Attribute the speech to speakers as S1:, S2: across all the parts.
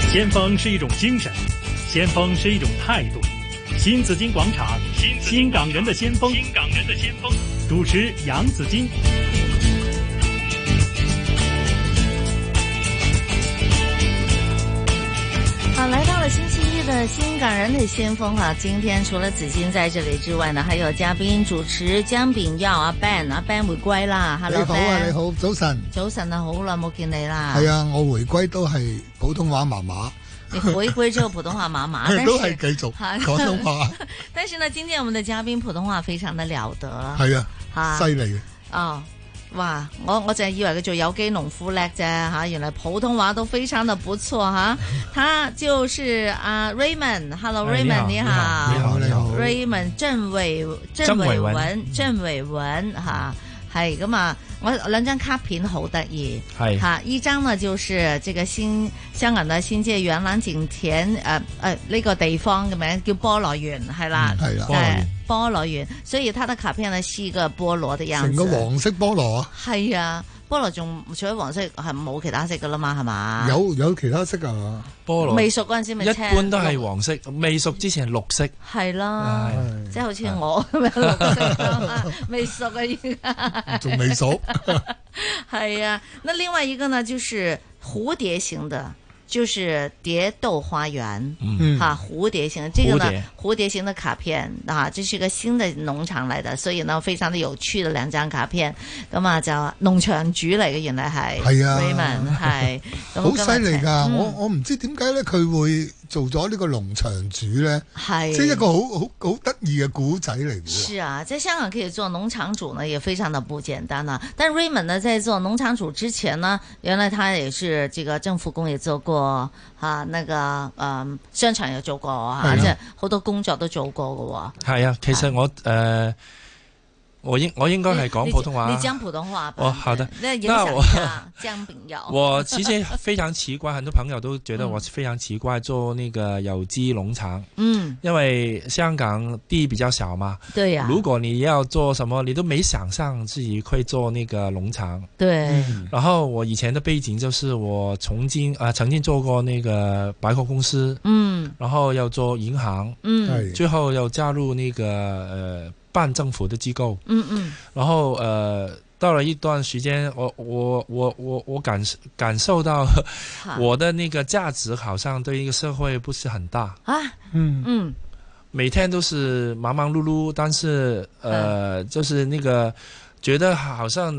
S1: 先锋是一种精神，先锋是一种态度。新紫金广场，新新港人的先锋，
S2: 新港人的先锋。
S1: 主持杨紫金。
S3: 好，啊来到了星期一的新港人的先锋哈、今天除了紫金在这里之外呢，还有嘉宾主持姜炳耀阿 Ben，阿 Ben 回歸啦
S4: 你
S3: ，Hello À.
S4: 好啊，
S3: Ben
S4: 你好，早晨。
S3: 早晨啊，好耐冇見你 啦。
S4: 係啊，我回歸都係普通話麻麻，
S3: 你回歸之後普通話麻 麻，但
S4: 都係
S3: 是
S4: 繼續
S3: 係
S4: 廣東話。
S3: 但是呢，今天我們的嘉賓普通話非常的了得啦。
S4: 係
S3: 啊
S4: 啊，犀利嘅。
S3: 哦，哇！我我淨係以為佢做有機農夫叻啫吓，原來普通話都非常的不錯哈。他就是啊 Raymond，Hello
S5: 哎你
S3: Raymond，
S5: 好
S3: 你
S5: 你好
S4: 你好，你好。
S3: Raymond 郑伟郑伟文郑伟文吓，係咁啊！我兩張卡片好得意。
S5: 系
S3: 吓，一張呢就是這個新香港嘅新界元朗景田誒誒呢個地方嘅名叫菠蘿園係啦，
S4: 嗯係啦
S3: 就係菠蘿園，所以它的卡片呢是一個菠蘿的樣
S4: 成個
S3: 子。
S4: 黃色菠蘿啊，
S3: 係啊，菠蘿仲除咗黃色係冇其他色噶啦嘛，係嘛？
S4: 有有其他色啊？
S5: 菠蘿
S3: 未熟嗰陣時咪
S5: 一
S3: 青
S5: 般都係黃色，未熟之前係綠色。
S3: 係啦，
S4: 係
S5: 係
S3: 即係好似我咁樣綠色啦，未熟啊已經
S4: 仲未熟，
S3: 係啊。那另外一個呢，就是蝴蝶型的，就是蝶豆花園。
S4: 嗯，
S3: 哈，蝴蝶型的这个呢
S5: 蝴蝶，
S3: 蝴蝶型的卡片啊，这是一个新的农场来的，所以呢，非常的有趣的两张卡片。咁啊，就農場主嚟嘅，原來係
S4: 係啊
S3: Raymond 係咁
S4: 好犀利㗎！
S3: 今日
S4: 我我唔知點解咧，佢會做咗呢個農場主咧，
S3: 係
S4: 即係一個好好好得意嘅古仔嚟嘅。
S3: 是啊，在香港可以做农场主呢，也非常的不简单呢、但 Raymond 呢，在做农场主之前呢，原来他也是这个政府工也做过啊，那个嗯商場又做過
S4: 係
S3: 啊，
S5: 哎
S4: 啊
S3: 即係好多工作都做過嘅喎。
S5: 係啊，其實我誒，我應我應該係講普通
S3: 你
S5: 話
S3: 你。讲普通话吧。
S5: 哦好的
S3: 那影
S5: 那
S3: 响一
S5: 我
S3: 下姜饼友。
S5: 我其實非常奇怪，很多朋友都覺得我非常奇怪做那個有機農場，
S3: 嗯，
S5: 因為香港地比較小嘛。
S3: 对呀、
S5: 如果你要做什么，你都没想象自己会做那个农场。
S3: 对，
S4: Ừ.
S5: 然后我以前的背景就是我曾经啊、曾经做过那个百货公司，
S3: 嗯
S5: 然后要做银行，
S3: 嗯
S4: 係
S5: 最后又加入那个呃半政府的机构，
S3: 嗯嗯
S5: 然后呃。到了一段时间，我我我我我感感受 到
S3: 好
S5: 我的那个价值好像对一个社会不是很大，
S3: 啊，
S4: 嗯，
S3: 嗯
S5: 每天都是忙忙碌碌，但是
S3: 啊
S5: 呃，就是那个觉得好像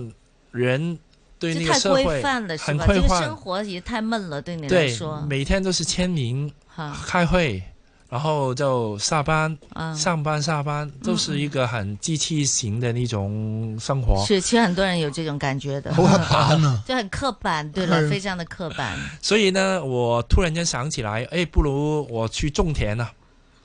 S5: 人对
S3: 就
S5: 那个
S3: 太
S5: 社
S3: 规
S5: 会
S3: 范了是
S5: 很
S3: 吧？
S5: 规
S3: 这个
S5: 范
S3: 生活也太闷了，对你来
S5: 对
S3: 说，
S5: 每天都是签名、
S3: 哈
S5: 开会，然后就下班、
S3: 啊，
S5: 上班、下班，都是一个很机器型的那种生活。
S3: 是，其实很多人有这种感觉的，
S4: 哦好黑板啊！嗯
S3: 就很刻板。对了，
S4: 是
S3: 非常的刻板。
S5: 所以呢，我突然间想起来，哎，不如我去种田了、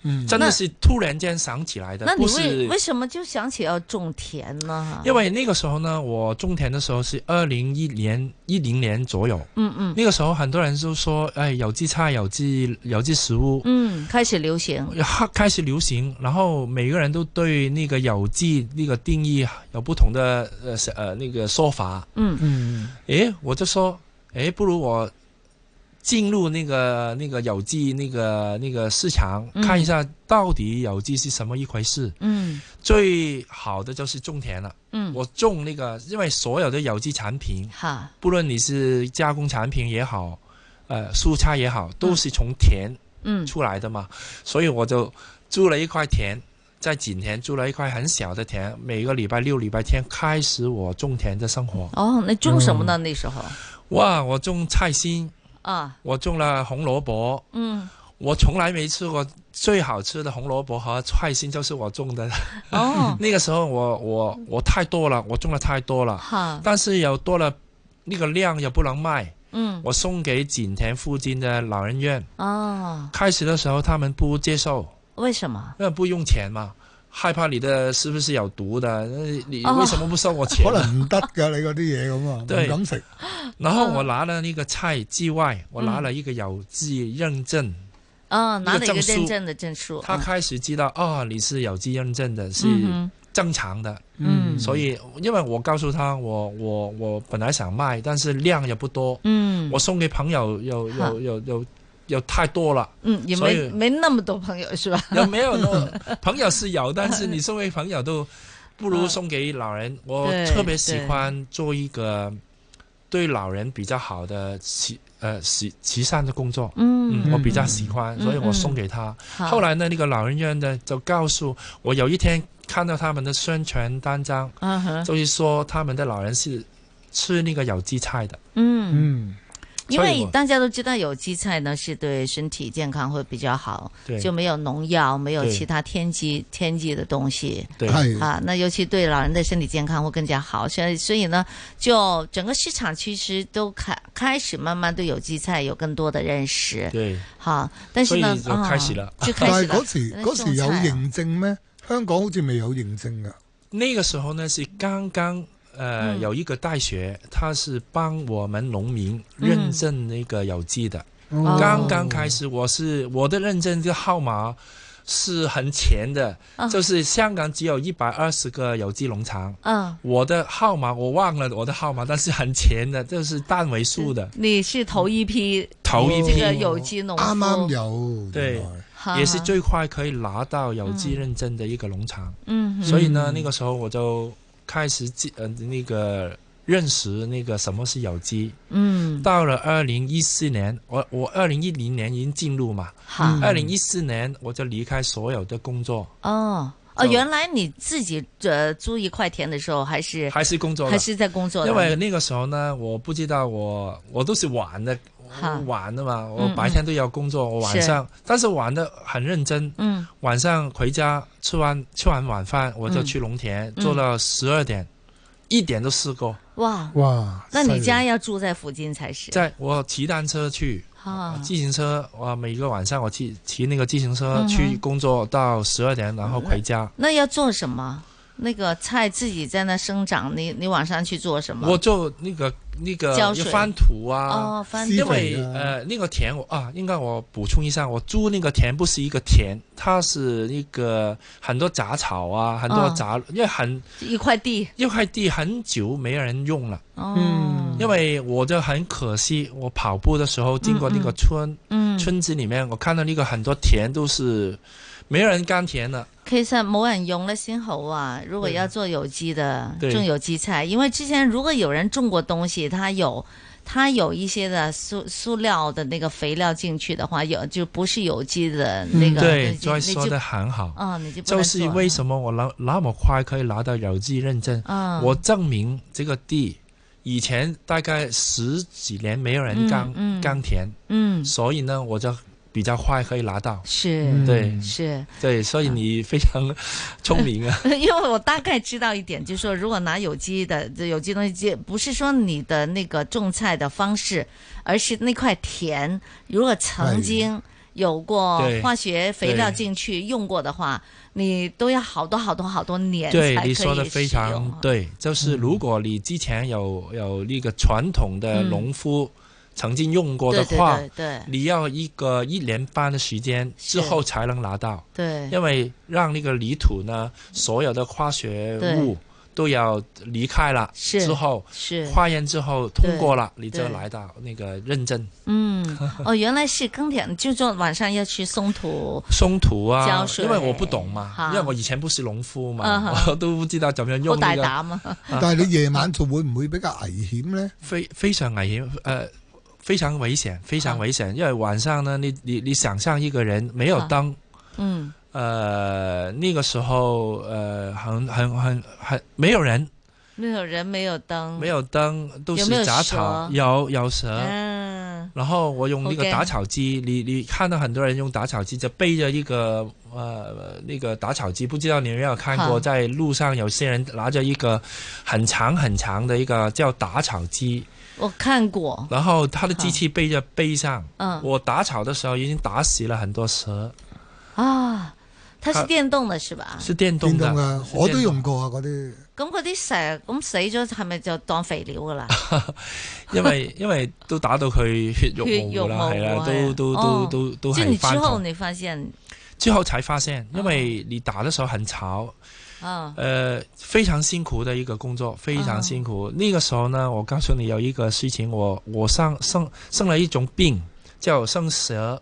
S4: 嗯，
S5: 真的是突然间想起来的
S3: 那，
S5: 不
S3: 你为
S5: 是
S3: 为什么就想起要种田呢？
S5: 因为那个时候呢，我种田的时候是二零一年一零年左右。
S3: 嗯嗯
S5: 那个时候很多人就说，哎，有机菜、有机有机食物，
S3: 嗯，开始流行，
S5: 哈开始流行，然后每个人都对那个有机那个定义有不同的呃是呃那个说法。
S3: 嗯
S4: 嗯，
S5: 诶，我就说，诶，不如我进入那个那个有机那个那个市场，
S3: 嗯
S5: 看一下到底有机是什么一回事。
S3: 嗯
S5: 最好的就是种田了，
S3: 嗯，
S5: 我种那个，因为所有的有机产品，
S3: 哈，
S5: 不论你是加工产品也好，呃，蔬菜也好，都是从田
S3: 嗯
S5: 出来的嘛，所以我就租了一块田，在景田租了一块很小的田，每个礼拜六、礼拜天开始我种田的生活。
S3: 哦，那种什么
S4: 嗯
S3: 呢？那时候
S5: 哇，我种菜心，
S3: 啊，
S5: 我种了红萝卜，
S3: 嗯，
S5: 我从来没吃过最好吃的红萝卜和菜心，就是我种的。，
S3: 哦
S5: 那个时候我我我太多了，我种了太多了，
S3: 哈，
S5: 但是有多了那个量又不能卖，
S3: 嗯，
S5: 我送给景田附近的老人院。
S3: 哦，
S5: 开始的时候他们不接受。
S3: 为什么？
S5: 那不用钱嘛，害怕你的是不是有毒的？那你
S3: 哦
S5: 为什么不收我钱
S4: 可
S5: 呢？
S4: 能唔得㗎，你嗰啲嘢咁啊，
S5: 對
S4: 唔敢食。
S5: 然后我拿了那个菜之外，我拿了一个有机认证，
S3: 啊，拿了一
S5: 一
S3: 个
S5: 个证
S3: 认
S5: 书
S3: 证的证书，
S5: 他
S3: 啊
S5: 开始知道哦，你是有机认证的，是
S3: 嗯
S5: 正常的。
S3: 嗯
S5: 所以因为我告诉他，我我我本来想卖，但是量也不多，
S3: 哼嗯，
S5: 我送给朋友有有有有有太多 了，
S3: 嗯，也
S5: 所
S3: 没
S5: 以
S3: 没那么多朋友是吧？
S5: 有没有呢？朋友是有，但是你身为朋友都不如送给老人。我
S3: 对
S5: 特别喜欢做一个对老人比较好的慈呃慈慈善的工作。
S3: 嗯
S5: 嗯，我比较喜欢，
S3: 嗯
S5: 所以我送给他。
S3: 好
S5: 后来呢，那个老人院呢就告诉我，有一天看到他们的宣传单张，
S3: 嗯哼，
S5: 就是说他们的老人是吃那个有机菜的。
S3: 嗯，
S4: 嗯，
S3: 因
S5: 所以
S3: 为
S5: 我
S3: 大家都知道有机菜呢是对身体健康会比较好，
S5: 对
S3: 就没有农药，没有
S5: 对
S3: 其他添剂添剂的东西。
S5: 对，
S4: 系
S3: 啊，那尤其对老人的身体健康会更加好，所以所以呢，就整个市场其实都开开始慢慢对有机菜有更多的认识，
S5: 对，
S3: 哈。但是
S5: 所以
S3: 呢，
S5: 就
S3: 啊
S5: 开始了
S3: 就 开
S4: 但
S3: 始
S4: 系
S3: 了
S4: 嗰。時
S3: 有啲
S4: 嗰時有
S3: 種菜啊
S4: 認證咩？香港好似未有認證噶，
S5: 那个时候呢是刚刚呃、
S3: 嗯
S5: 有一个大学，他是帮我们农民
S3: 嗯
S5: 认证那个有机的。
S3: 哦
S5: 刚刚开始，我是我的认证这个号码是很前的，
S3: 啊
S5: 就是香港只有一百二十个有机农场。
S3: 嗯，
S5: 我的号码我忘了我的号码，但是很前的，就是单位数的，
S3: 你是头一批
S5: 头一
S3: 这
S5: 批
S3: 个有机农夫，
S4: 啱啱有，
S5: 对
S4: 原來
S3: 哈
S5: 也是，最快可以拿到有机认证的一个农场。
S3: 嗯哼，
S5: 所以呢，那个时候我就开始记呃那个认识那个什么是有机。
S3: 嗯，
S5: 到了二零一四年，我我二零一零年已经进入嘛，
S3: 好，
S4: 嗯
S5: 二零一四年我就离开所有的工作，
S3: 哦哦，
S5: 就
S3: 原来你自己呃租一块田的时候还是
S5: 还是工作
S3: 还
S5: 的。
S3: 是在工作的，
S5: 因为那个时候呢，我不知道我我都是玩的
S3: 哈，
S5: 玩的嘛，
S3: 嗯
S5: 我白天都要工作，我晚上但是玩的很认真。
S3: 嗯
S5: 晚上回家吃完吃完晚饭，我就去农田、
S3: 嗯
S5: 做到十二点，一点都试过。
S3: 哇，
S4: 哇！
S3: 那你
S4: 犀利
S3: 家要住在附近才是
S5: 在我骑单车去，
S3: 啊，
S5: 自行车，我每个晚上我骑骑那个自行车
S3: 嗯哼嗯
S5: 去工作到十二点，然后回家。
S3: 那要做什么？那个菜自己在那生长，你你晚上去做什么？
S5: 我就那个那个
S3: 浇
S5: 要
S3: 水
S5: 翻土啊，
S3: 哦，翻
S4: 因
S5: 因
S3: 地
S5: 为
S4: 施肥啊
S5: 呃那个田我啊，应该我补充一下，我租那个田不是一个田，它是那个很多杂草啊，很多
S3: 嗯
S5: 杂，因为很
S3: 一块地
S5: 一块地很久没人用了，
S3: 哦，
S4: 嗯
S5: 因为我就很可惜，我跑步的时候经过那个村、
S3: 嗯，
S5: 村子里面，我看到那个很多田都是没人耕田了，
S3: 其實冇人用咧先好啊！如果要做有机的，
S5: 对
S3: 种有机菜，因为之前如果有人种过东西，他有他有一些的塑塑料的那个肥料进去的话，有就不是有机的那个，
S5: 嗯对
S3: 你就
S5: ，Joy 说
S3: 你就
S5: 的很好，
S3: 啊，你就不
S5: 就
S3: 能
S5: 是
S3: 做
S5: 为什么我那那么快可以拿到有机认证，
S3: 嗯，
S5: 我证明这个地以前大概十几年没有人耕
S3: 嗯嗯
S5: 耕田，
S3: 嗯
S5: 所以呢，我就比较快可以拿到。
S3: 是、
S4: 嗯
S5: 对
S3: 是，
S5: 对，所以你
S3: 啊
S5: 非常聪 明啊。
S3: 因为我大概知道一点，就是说如果拿有机的这有机东西接，不是说你的那个种菜的方式，而是那块田如果曾经。有过
S5: 哎对
S3: 化学肥料进去用过的话，你都要好多好多好多年
S5: 对
S3: 才，可以
S5: 你说的非
S3: 使用
S5: 常
S3: 啊，
S5: 对，就是如果你之前有有那个传统的
S3: 嗯
S5: 农夫曾经用过的
S3: 对
S5: 话，
S3: 对对
S5: 你要一个一年半的时间
S3: 是
S5: 之后才能拿到，
S3: 对对，
S5: 因为让那个泥土呢，所有的化学
S3: 对
S5: 物都要离开了
S3: 是
S5: 之后，
S3: 是
S5: 化验之后通过了，你就
S3: 对
S5: 来到那个认证
S3: 嗯哦，原来是耕田，就说晚上要去松土，
S5: 松土啊
S3: 浇，水
S5: 因为我不懂嘛
S3: 哈，
S5: 因为我以前不是农夫
S3: 嗯
S5: 嘛，
S3: 哼
S5: 我都不知道怎么样
S3: 好
S5: 用
S3: 大
S5: 那个，
S3: 膽啊！
S4: 但係你夜晚做會唔會比較危險咧？
S5: 非非常危险，呃。非常危险，非常危
S3: 嗯
S5: 险，因为晚上呢，你你你想象一个人没有
S3: 啊
S5: 灯，
S3: 嗯
S5: 呃，那个时候呃，很很很很没有人，
S3: 没有人，没有灯，
S5: 没有灯，都
S3: 嗯有没有
S5: 是杂草
S3: 蛇，
S5: 有有蛇。
S3: 嗯
S5: 然后我用那个
S3: OK
S5: 打草机，你你看到很多人用打草机，就背着一个呃那个打草机，不知道你有没有看
S3: 好
S5: 过，在路上有些人拿着一个很长很长的一个叫打草机，
S3: 我看过，
S5: 然后他的机器背着背上。
S3: 嗯
S5: 我打草的时候已经打死了很多蛇，
S3: 啊，它是
S5: 它
S3: 電動嘅是吧？
S5: 是电
S4: 電
S5: 动的，
S4: 動啊
S5: 是，
S4: 我都
S5: 電動
S4: 用過啊，嗰啲
S3: 咁嗰啲蛇咁死咗係咪就當肥料噶啦？
S5: 因為因為都打到佢血肉
S3: 血
S5: 模
S3: 肉
S5: 糊啦，
S3: 模糊
S5: 係啦，
S3: 係啊
S5: 都都
S3: 哦
S5: 都都都
S3: 即係你
S5: 係
S3: 之
S5: 翻
S3: 後
S5: 糖。
S3: 你發現
S5: 之後才發現，因為你打的時候很吵，
S3: 啊，
S5: 呃，非常辛苦的一個工作，非常辛
S3: 啊
S5: 苦。那個時候呢，我告訴你有一個事情，我我生生生了一種病，叫生蛇，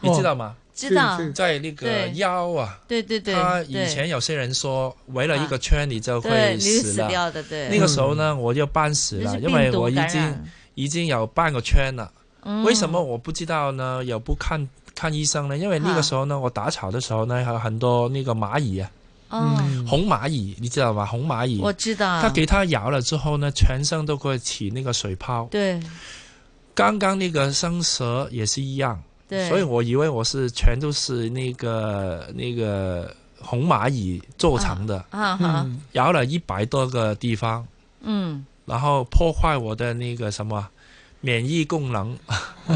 S5: 你知道吗？
S3: 知道，
S4: 是是
S5: 在那个
S3: 哦对
S5: 腰啊，
S3: 对对对，
S5: 他以
S3: 对啊
S5: 前有些人说围了一个圈你就
S3: 对
S5: 会
S3: 你
S5: 死
S3: 死
S5: 了。
S3: 掉的，对，
S5: 那个时候呢，我就半死
S3: 就是
S5: 了，
S3: 病
S5: 因为
S3: 毒
S5: 我已
S3: 感
S5: 经
S3: 染
S5: 已经有半个圈了。
S3: 嗯
S5: 为什么我不知道呢？也不看看医生呢？因为那
S3: 啊
S5: 个时候呢，我打草的时候呢，还有很多那个蚂蚁啊，
S3: 哦，
S5: 红蚂蚁，你知道吗？红蚂蚁，
S3: 我知道，
S5: 它给它咬了之后呢，全身都会起那个水泡。
S3: 对
S5: 刚刚那个生蛇也是一样，
S3: 对，
S5: 所以我以为我是全都是那个那个红蚂蚁做成的，
S3: 啊哈，
S4: 嗯
S5: 咬了一百多个地方，
S3: 嗯，
S5: 然后破坏我的那个什么免疫功能。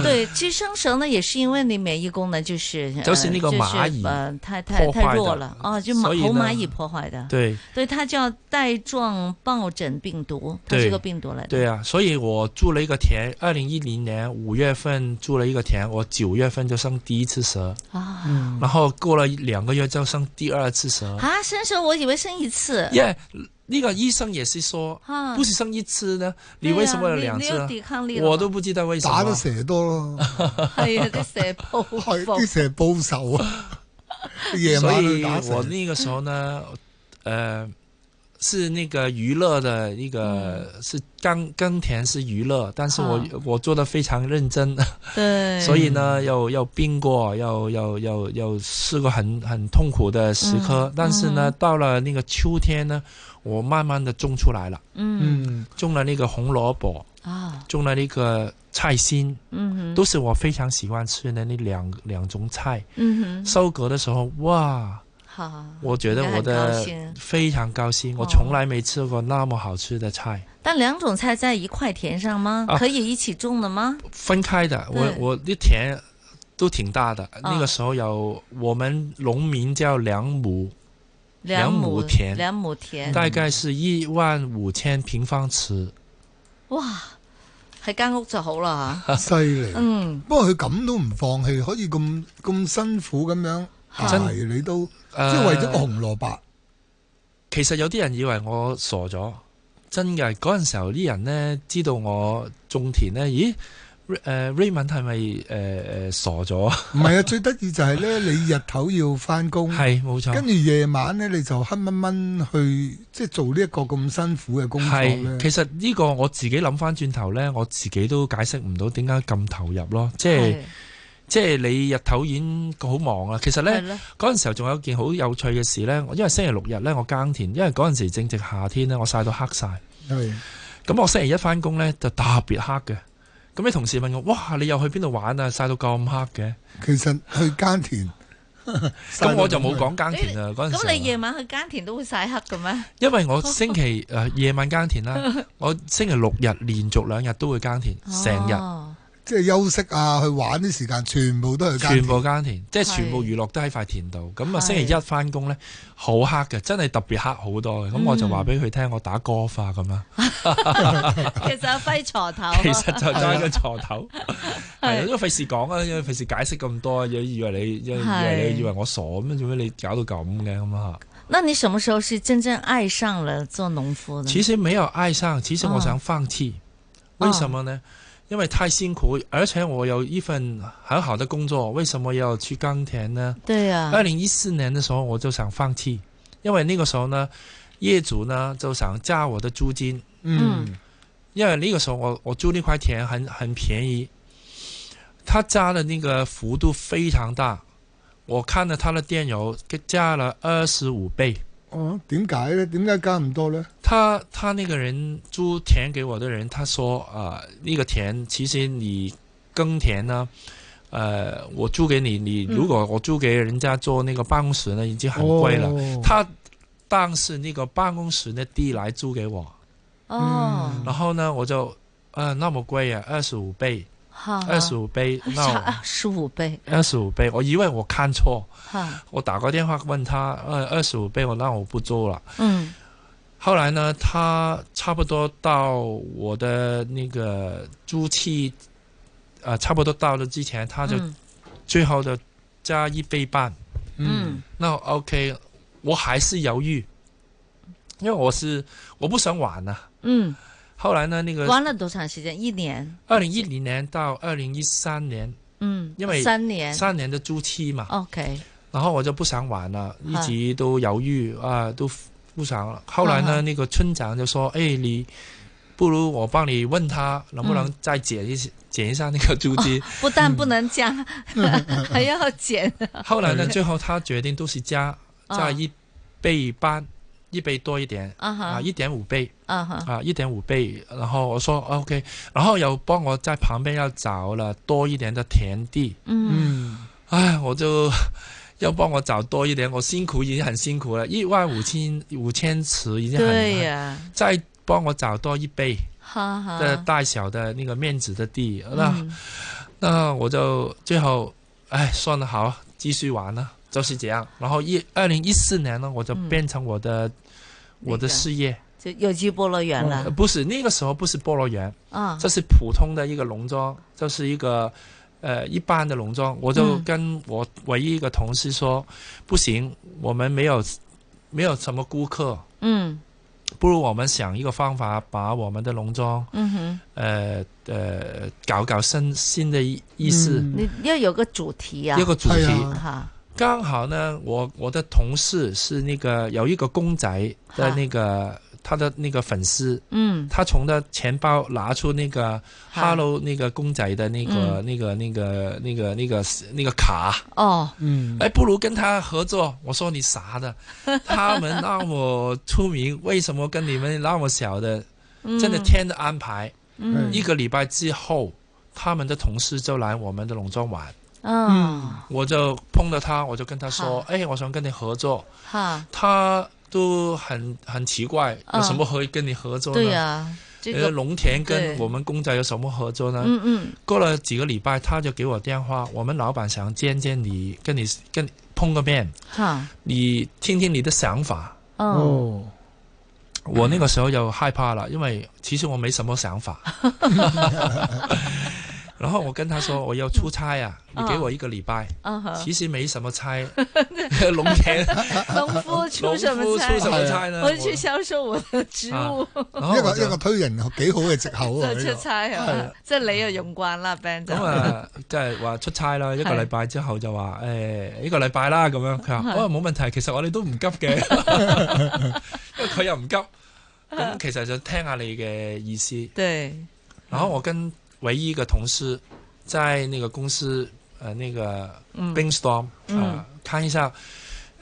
S3: 对，其实生蛇呢，也是因为你免疫功能就是呃
S5: 就是那个蚂蚁
S3: 就是呃太太
S5: 破坏
S3: 太
S5: 的
S3: 弱了，哦，就
S5: 所
S3: 蚂
S5: 以
S3: 红
S5: 呢
S3: 蚂蚁破坏的，
S5: 对
S3: 对，它叫带状疱疹病毒，它是
S5: 对
S3: 个病毒来的，
S5: 对啊，所以我住了一个田，二零一零年五月份住了一个田，我九月份就生第一次蛇，
S3: 啊
S4: 嗯
S5: 然后过了两个月就生第二次蛇。
S3: 啊，生蛇我以为生一次，
S5: 耶，那个医生也是说，
S3: 啊，
S5: 不是生一次呢，
S3: 对
S5: 你
S3: 哎呀，
S5: 为什么有两
S3: 你
S5: 次
S3: 你有
S5: 呢？
S3: 抵抗力了吗，
S5: 我都不知道为什
S4: 打
S5: 么啊
S4: 得。蛇多咯，
S3: 係啊，啲蛇煲
S4: 係
S3: 煲
S4: 啲蛇報仇啊！夜
S5: 所
S4: 晚
S5: 以
S4: 去打蛇
S5: 我，那个时候呢，呃，是那个娱乐的一个、是耕耕田是娱乐，但是我、
S3: 嗯啊
S5: 我做的非常认真，
S3: 对，
S5: 所以呢，又又病过，又又又又试过很很痛苦的时刻，
S3: 嗯
S5: 但是呢，
S3: 嗯
S5: 到了那个秋天呢，我慢慢的种出来了，
S3: 嗯
S4: 嗯
S5: 种了那个红萝卜，
S3: 啊，
S5: 种了那个菜心，
S3: 嗯哼，
S5: 都是我非常喜欢吃的那两两种菜。
S3: 嗯哼，
S5: 收割的时候，哇！
S3: 好，
S5: 我觉得我
S3: 应该很高
S5: 的
S3: 兴
S5: 非常高兴，我
S3: 哦
S5: 从来没吃过那么好吃的菜，
S3: 但两种菜在一块田上吗？
S5: 啊
S3: 可以一起种的吗？
S5: 分开的。我
S3: 对
S5: 我的田都挺大的，
S3: 嗯
S5: 那个时候有我们农民叫两亩，
S3: 两亩
S5: 亩田
S3: 两亩田，
S5: 大概是一万五千平方尺。
S3: 哇，喺間屋就好啦
S5: 啊
S3: 吓。
S4: 犀利。
S3: 嗯，
S4: 不過佢咁都唔放棄，可以咁咁辛苦咁樣
S3: 真
S4: 捱，你都即
S5: 呃
S4: 係為咗個紅蘿蔔。
S5: 其實有啲人以為我傻咗，真嘅嗰陣時候啲人呢，知道我種田呢，咦？誒、Raymond 係咪誒誒傻咗？
S4: 唔係啊，最得意就係咧，你日頭要翻工，
S5: 係冇錯
S4: 跟。住夜晚咧你就黑蚊蚊去即係做呢一個咁辛苦嘅工作
S5: 係，
S4: 咧。
S5: 其實呢個我自己諗翻轉頭呢，我自己都解釋唔到點解咁投入咯。即係
S3: 係
S5: 即係你日頭已經好忙啊啦。其實呢，
S3: 係咯，
S5: 嗰陣時候仲有一件好有趣嘅事呢，我因為星期六日呢，我耕田，因為嗰陣時正值夏天呢，我曬到黑晒。
S4: 係
S5: 咁我星期一翻工呢，就特別黑嘅。咁啲同事問我：哇，你又去邊度玩啊？曬到咁黑嘅。
S4: 其實去耕田，
S5: 咁
S4: 咁
S5: 我就冇講耕田啦。嗰陣時啊候
S3: 咁你夜晚去耕田都會曬黑嘅咩？
S5: 因 為我星期誒、呃夜晚耕田啦，我星期六日連續兩日都會耕田，成日。
S3: 哦
S4: 即係休息啊，去玩啲時間，全部都去耕
S5: 全
S4: 田。
S5: 部耕田，即係
S3: 係
S5: 全部娛樂都喺塊田度。咁啊，
S3: 係
S5: 星期一翻工呢，好黑嘅，真係特別黑好多嘅。咁
S3: 嗯
S5: 我就話俾佢聽，我打 golf 啊咁啦。
S3: 其實係揮鋤頭。
S5: 其實就揸個鋤 頭，係因為費事講啊，因為費事解釋咁多，以為你以為
S3: 係嗯
S5: 你以為你以為我傻咁，做咩你搞到咁嘅咁啊？
S3: 那你什麼時候是真正愛上了做農夫呢？
S5: 其實沒有愛上，其實我想放棄，
S3: 嗯
S5: 為什麼呢？因為太辛苦，而且我有一份很好的工作，為什麼要去耕田呢？
S3: 對呀，
S5: 二零一四年的时候，我就想放弃，因为那个时候呢，业主呢就想加我的租金，
S3: 嗯
S5: 因为那个时候我我租那块田很很便宜，他加的那个幅度非常大，我看了他的电邮，给加了二十五倍。
S4: 哦，點解咧？點解加咁多咧？
S5: 他他那个人租田给我的人，他说啊、那个田其实你耕田呢，呃，我租给你，你
S3: 嗯
S5: 如果我租给人家做那个办公室呢，已经很贵了。
S4: 哦
S5: 他当时那个办公室的地来租给我，
S3: 哦，
S5: 然后呢，我就呃那么贵啊，二十五倍，
S3: 啊哈
S5: 二十五 倍，那
S3: 二十五倍，
S5: 二十五倍，我以为我看错，
S3: 哈，
S5: 我打个电话问他，呃，二十五倍，我那我不做了。
S3: 嗯
S5: 后来呢，他差不多到我的那个租期，呃，差不多到了之前，他就
S3: 嗯
S5: 最后的加一倍半。
S3: 嗯
S5: 那 OK，我还是犹豫，因为我是我不想玩啊。
S3: 嗯，
S5: 后来呢，那个
S3: 玩了多长时间？一年，
S5: 二零一零年到二零一三年
S3: 嗯，
S5: 因为
S3: 三年
S5: 三年的租期嘛，
S3: ，OK，
S5: 然后我就不想玩了，
S3: 啊
S5: 一直都犹豫啊，都不想了。后来呢，
S3: 嗯
S5: 那个村长就说：“哎，你不如我帮你问他能不
S3: 嗯
S5: 能再减一些减一下那个租金。
S3: 不但不能加，
S5: 嗯
S3: 还要 减，
S5: 后 来呢，最后他决定都是加加
S3: 啊
S5: 一倍半，一倍多一点
S3: 啊
S5: 啊，
S3: 哈，
S5: 一点五倍
S3: 啊哈，
S5: 啊，一点五倍。然后我说啊 OK，然后又帮我在旁边要找了多一点的田地。
S3: 嗯
S4: 嗯，
S5: 唉，我就 要帮我找多一点，我辛苦已经很辛苦了，一万五千五千尺已经很
S3: 对
S5: 很
S3: 呀，
S5: 再帮我找多一倍
S3: 哈哈，
S5: 的大小的那个面子的地，那
S3: 嗯
S5: 那我就最后，唉，算了，好，继续玩了，就是这样。然后一二零一四年呢，我就
S3: 嗯
S5: 变成我的、我
S3: 那
S5: 的
S3: 个啊
S5: 事业，
S3: 就有机菠萝园
S5: 呃
S3: 了
S5: 不是那个时候不是菠萝园，
S3: 啊，
S5: 嗯这是普通的一个农庄，这是一个呃一般的农庄。我就
S3: 嗯
S5: 跟我唯一一个同事说，不行，我们没有没有什么顾客，
S3: 嗯
S5: 不如我们想一个方法，把我们的农庄
S3: 嗯哼，
S5: 呃呃搞搞新新的意思，
S4: 嗯
S3: 你要有个主题呀
S5: 一，个主题。
S4: 哎呀
S3: 哈，
S5: 刚好呢，我我的同事是那个有一个公仔的那个。他的那个粉丝，
S3: 嗯
S5: 他从他钱包拿出那个
S3: 哈
S5: Hello 那个公仔的那
S3: 嗯
S5: 个、那个那个那个那个那个卡，
S3: 哦，
S4: 嗯，
S5: 哎，不如跟他合作。我说你 傻的，他们那么出名，为什么跟你们那么小的？嗯真的天的安排，
S3: 嗯
S5: 一个礼拜之后，他们的同事就来我们的农庄玩，
S3: 嗯
S5: 我就碰到他，我就跟他说，哎，我想跟你合作。
S3: 哈，
S5: 他都很很奇怪，有什么可以跟你合作
S3: 嗯
S5: 呢？
S3: 对呀，这
S5: 呃
S3: 个
S5: 农田
S3: 对
S5: 跟我们公仔有什么合作呢？
S3: 嗯嗯
S5: 过了几个礼拜，他就给我电话，我们老板想见见你，跟你跟你碰个面，
S3: 哈，
S5: 你听听你的想法。
S3: 嗯
S4: 哦，
S5: 我那个时候又害怕了，因为其实我没什么想法。 然后我跟他说我要出差呀、啊，
S3: 嗯
S5: 你给我一个礼拜。
S3: 嗯哼，
S5: 其实没什么 差，农 田
S3: 农夫出
S5: 农
S3: 什么
S5: 夫
S3: 菜
S5: 出？什么差呢？啊
S3: 我去销售我的植物，
S5: 我然后
S4: 一
S5: 我
S4: 個一
S5: 就
S4: 個推人幾好嘅藉口啊！
S3: 就
S4: 呢
S3: 出
S4: 個
S3: 差啊
S5: 係！
S3: 即係你又用慣啦，Ben 就
S5: 咁啊，即係話出差啦，一個禮拜之後就話誒呢個禮拜啦咁樣，佢話
S3: 係
S5: 哦冇問題，其實我哋都唔急嘅， 因為佢又唔急，咁其實就聽下你嘅意思。
S3: 對，
S5: 然後我跟唯一一個同事在那個公司呃那個
S3: 嗯
S5: brainstorm 啊、
S3: 嗯
S5: 看一下，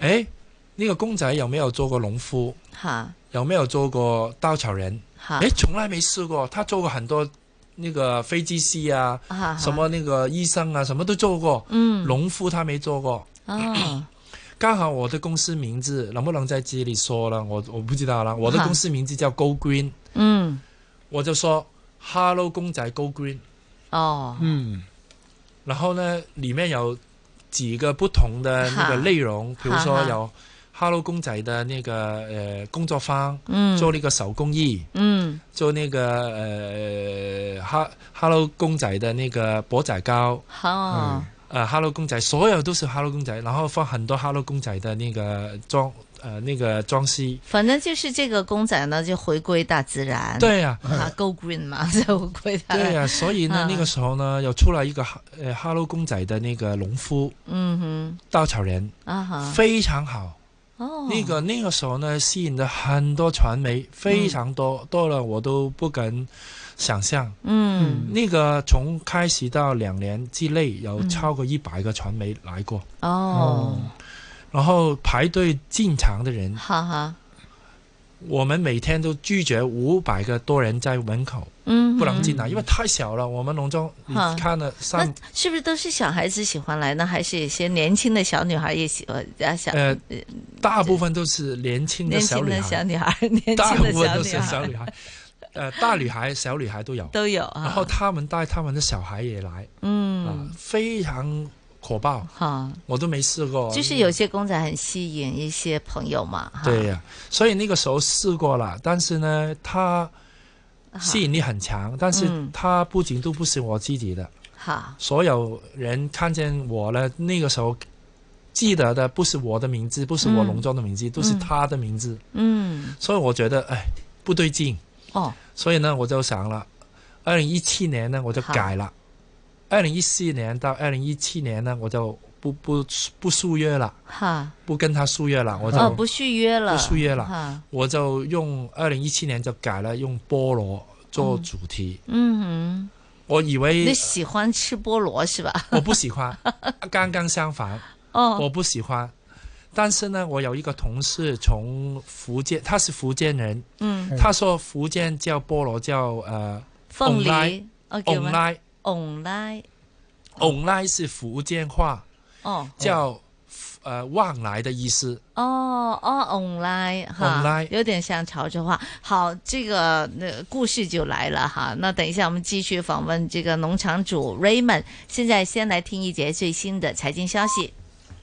S5: 誒那個公仔有沒有做過農夫，
S3: 哈
S5: 有沒有做過稻草人？
S3: 哈
S5: 誒從來沒試過，他做過很多那個飛機師啊。
S3: 哈
S5: 什么那个医生啊，什么都做过，
S3: 嗯
S5: 农夫他没做过。
S3: 啊
S5: 刚好我的公司名字能不能在这里说了？我我不知道啦。我的公司名字叫 Go Green，
S3: 嗯
S5: 我就说 Hello 公仔 Go Green，
S3: 哦
S4: 嗯，
S5: 然后呢里面有几个不同的那个内容，比如说
S3: 哈
S5: 有 Hello 公仔的那个呃工作坊，
S3: 嗯
S5: 做那个手工艺，
S3: 嗯
S5: 做那个呃哈 Hello 公仔的那个钵仔糕，
S3: 好
S5: 呃，Hello 公仔，所有都是 Hello 公仔，然后放很多 Hello 公仔的那个装，呃，那个装饰。
S3: 反正就是这个公仔呢，就回归大自然，
S5: 对呀、
S3: 啊，Go Green 嘛， 就回归大，
S5: 对呀、所以呢，
S3: 嗯
S5: 那个时候呢，又出来一个哈呃 Hello 公仔的那个农夫
S3: 嗯
S5: 稻草人，
S3: 哼啊哈，
S5: 非常好。
S3: 哦，
S5: 那个那个时候呢，吸引了很多传媒，
S3: 嗯
S5: 非常多，多了我都不敢想象。
S3: 嗯
S5: 那个从开始到两年之内，有
S3: 嗯
S5: 超过一百个传媒来过，
S3: 哦，
S5: 然后排队进场的人
S3: 哈哈，
S5: 我们每天都拒绝五百个多人在门口
S3: 嗯，
S5: 不能进来，因为太小了。我们农庄你
S3: 哈
S5: 看了
S3: 那
S5: 三
S3: 是不是都是小孩子喜欢来呢？还是一些年轻的小女孩也喜欢？啊，小
S5: 呃，大部分都是年轻的
S3: 年
S5: 小
S3: 轻
S5: 女
S3: 的小
S5: 孩，
S3: 女孩，年轻
S5: 大
S3: 的
S5: 部分
S3: 小
S5: 都
S3: 女
S5: 是小
S3: 孩
S5: 女孩， 呃，大女孩、小女孩都有。
S3: 都有
S5: 然
S3: 啊
S5: 后。他们带他们的小孩也来，啊
S3: 嗯，，
S5: 非常火爆，
S3: 好，
S5: 我都没试过。
S3: 就是有些公仔很吸引一些朋友嘛。哈
S5: 对，呀，所以那个时候试过了，但是呢，它
S3: 哈
S5: 吸引力很强，但是
S3: 啊嗯
S5: 它不仅都不是我自己的。
S3: 好，
S5: 所有人看见我了，那个时候记得的不是我的名字，不是我
S3: 嗯
S5: 农庄的名字，都是他的名字。
S3: 嗯，
S5: 所以我觉得，哎，不对劲，
S3: 哦，
S5: 所以呢，我就想了，二零一七年呢，我就改了，二零一四年到二零一七年呢，我就不不不续约了，
S3: 哈，
S5: 不跟他续约了，我就、
S3: 哦，不续约了，
S5: 不续约了
S3: 哈，
S5: 我就用二零一七年就改了，用菠萝做主题。
S3: 嗯哼，
S5: 我以
S3: 你
S5: 为
S3: 喜欢吃菠萝是吧？
S5: 我不喜欢，刚刚相反，
S3: 哦，
S5: 我不喜欢。但是呢，我有一个同事从福建，他是福建人，
S3: 嗯，
S5: 他说福建叫菠萝叫呃
S3: 凤梨哦
S5: online，
S3: ，OK
S5: 翁
S3: 吗？
S5: 拉，
S3: online，
S5: 翁拉是福建话，
S3: 哦
S5: 叫呃旺来的意思。
S3: 哦哦，online 哈
S5: online
S3: 有点像潮州话。好，这个那故事就来了哈。那等一下我们继续访问这个农场主 Raymond，现在先来听一节最新的财经消息。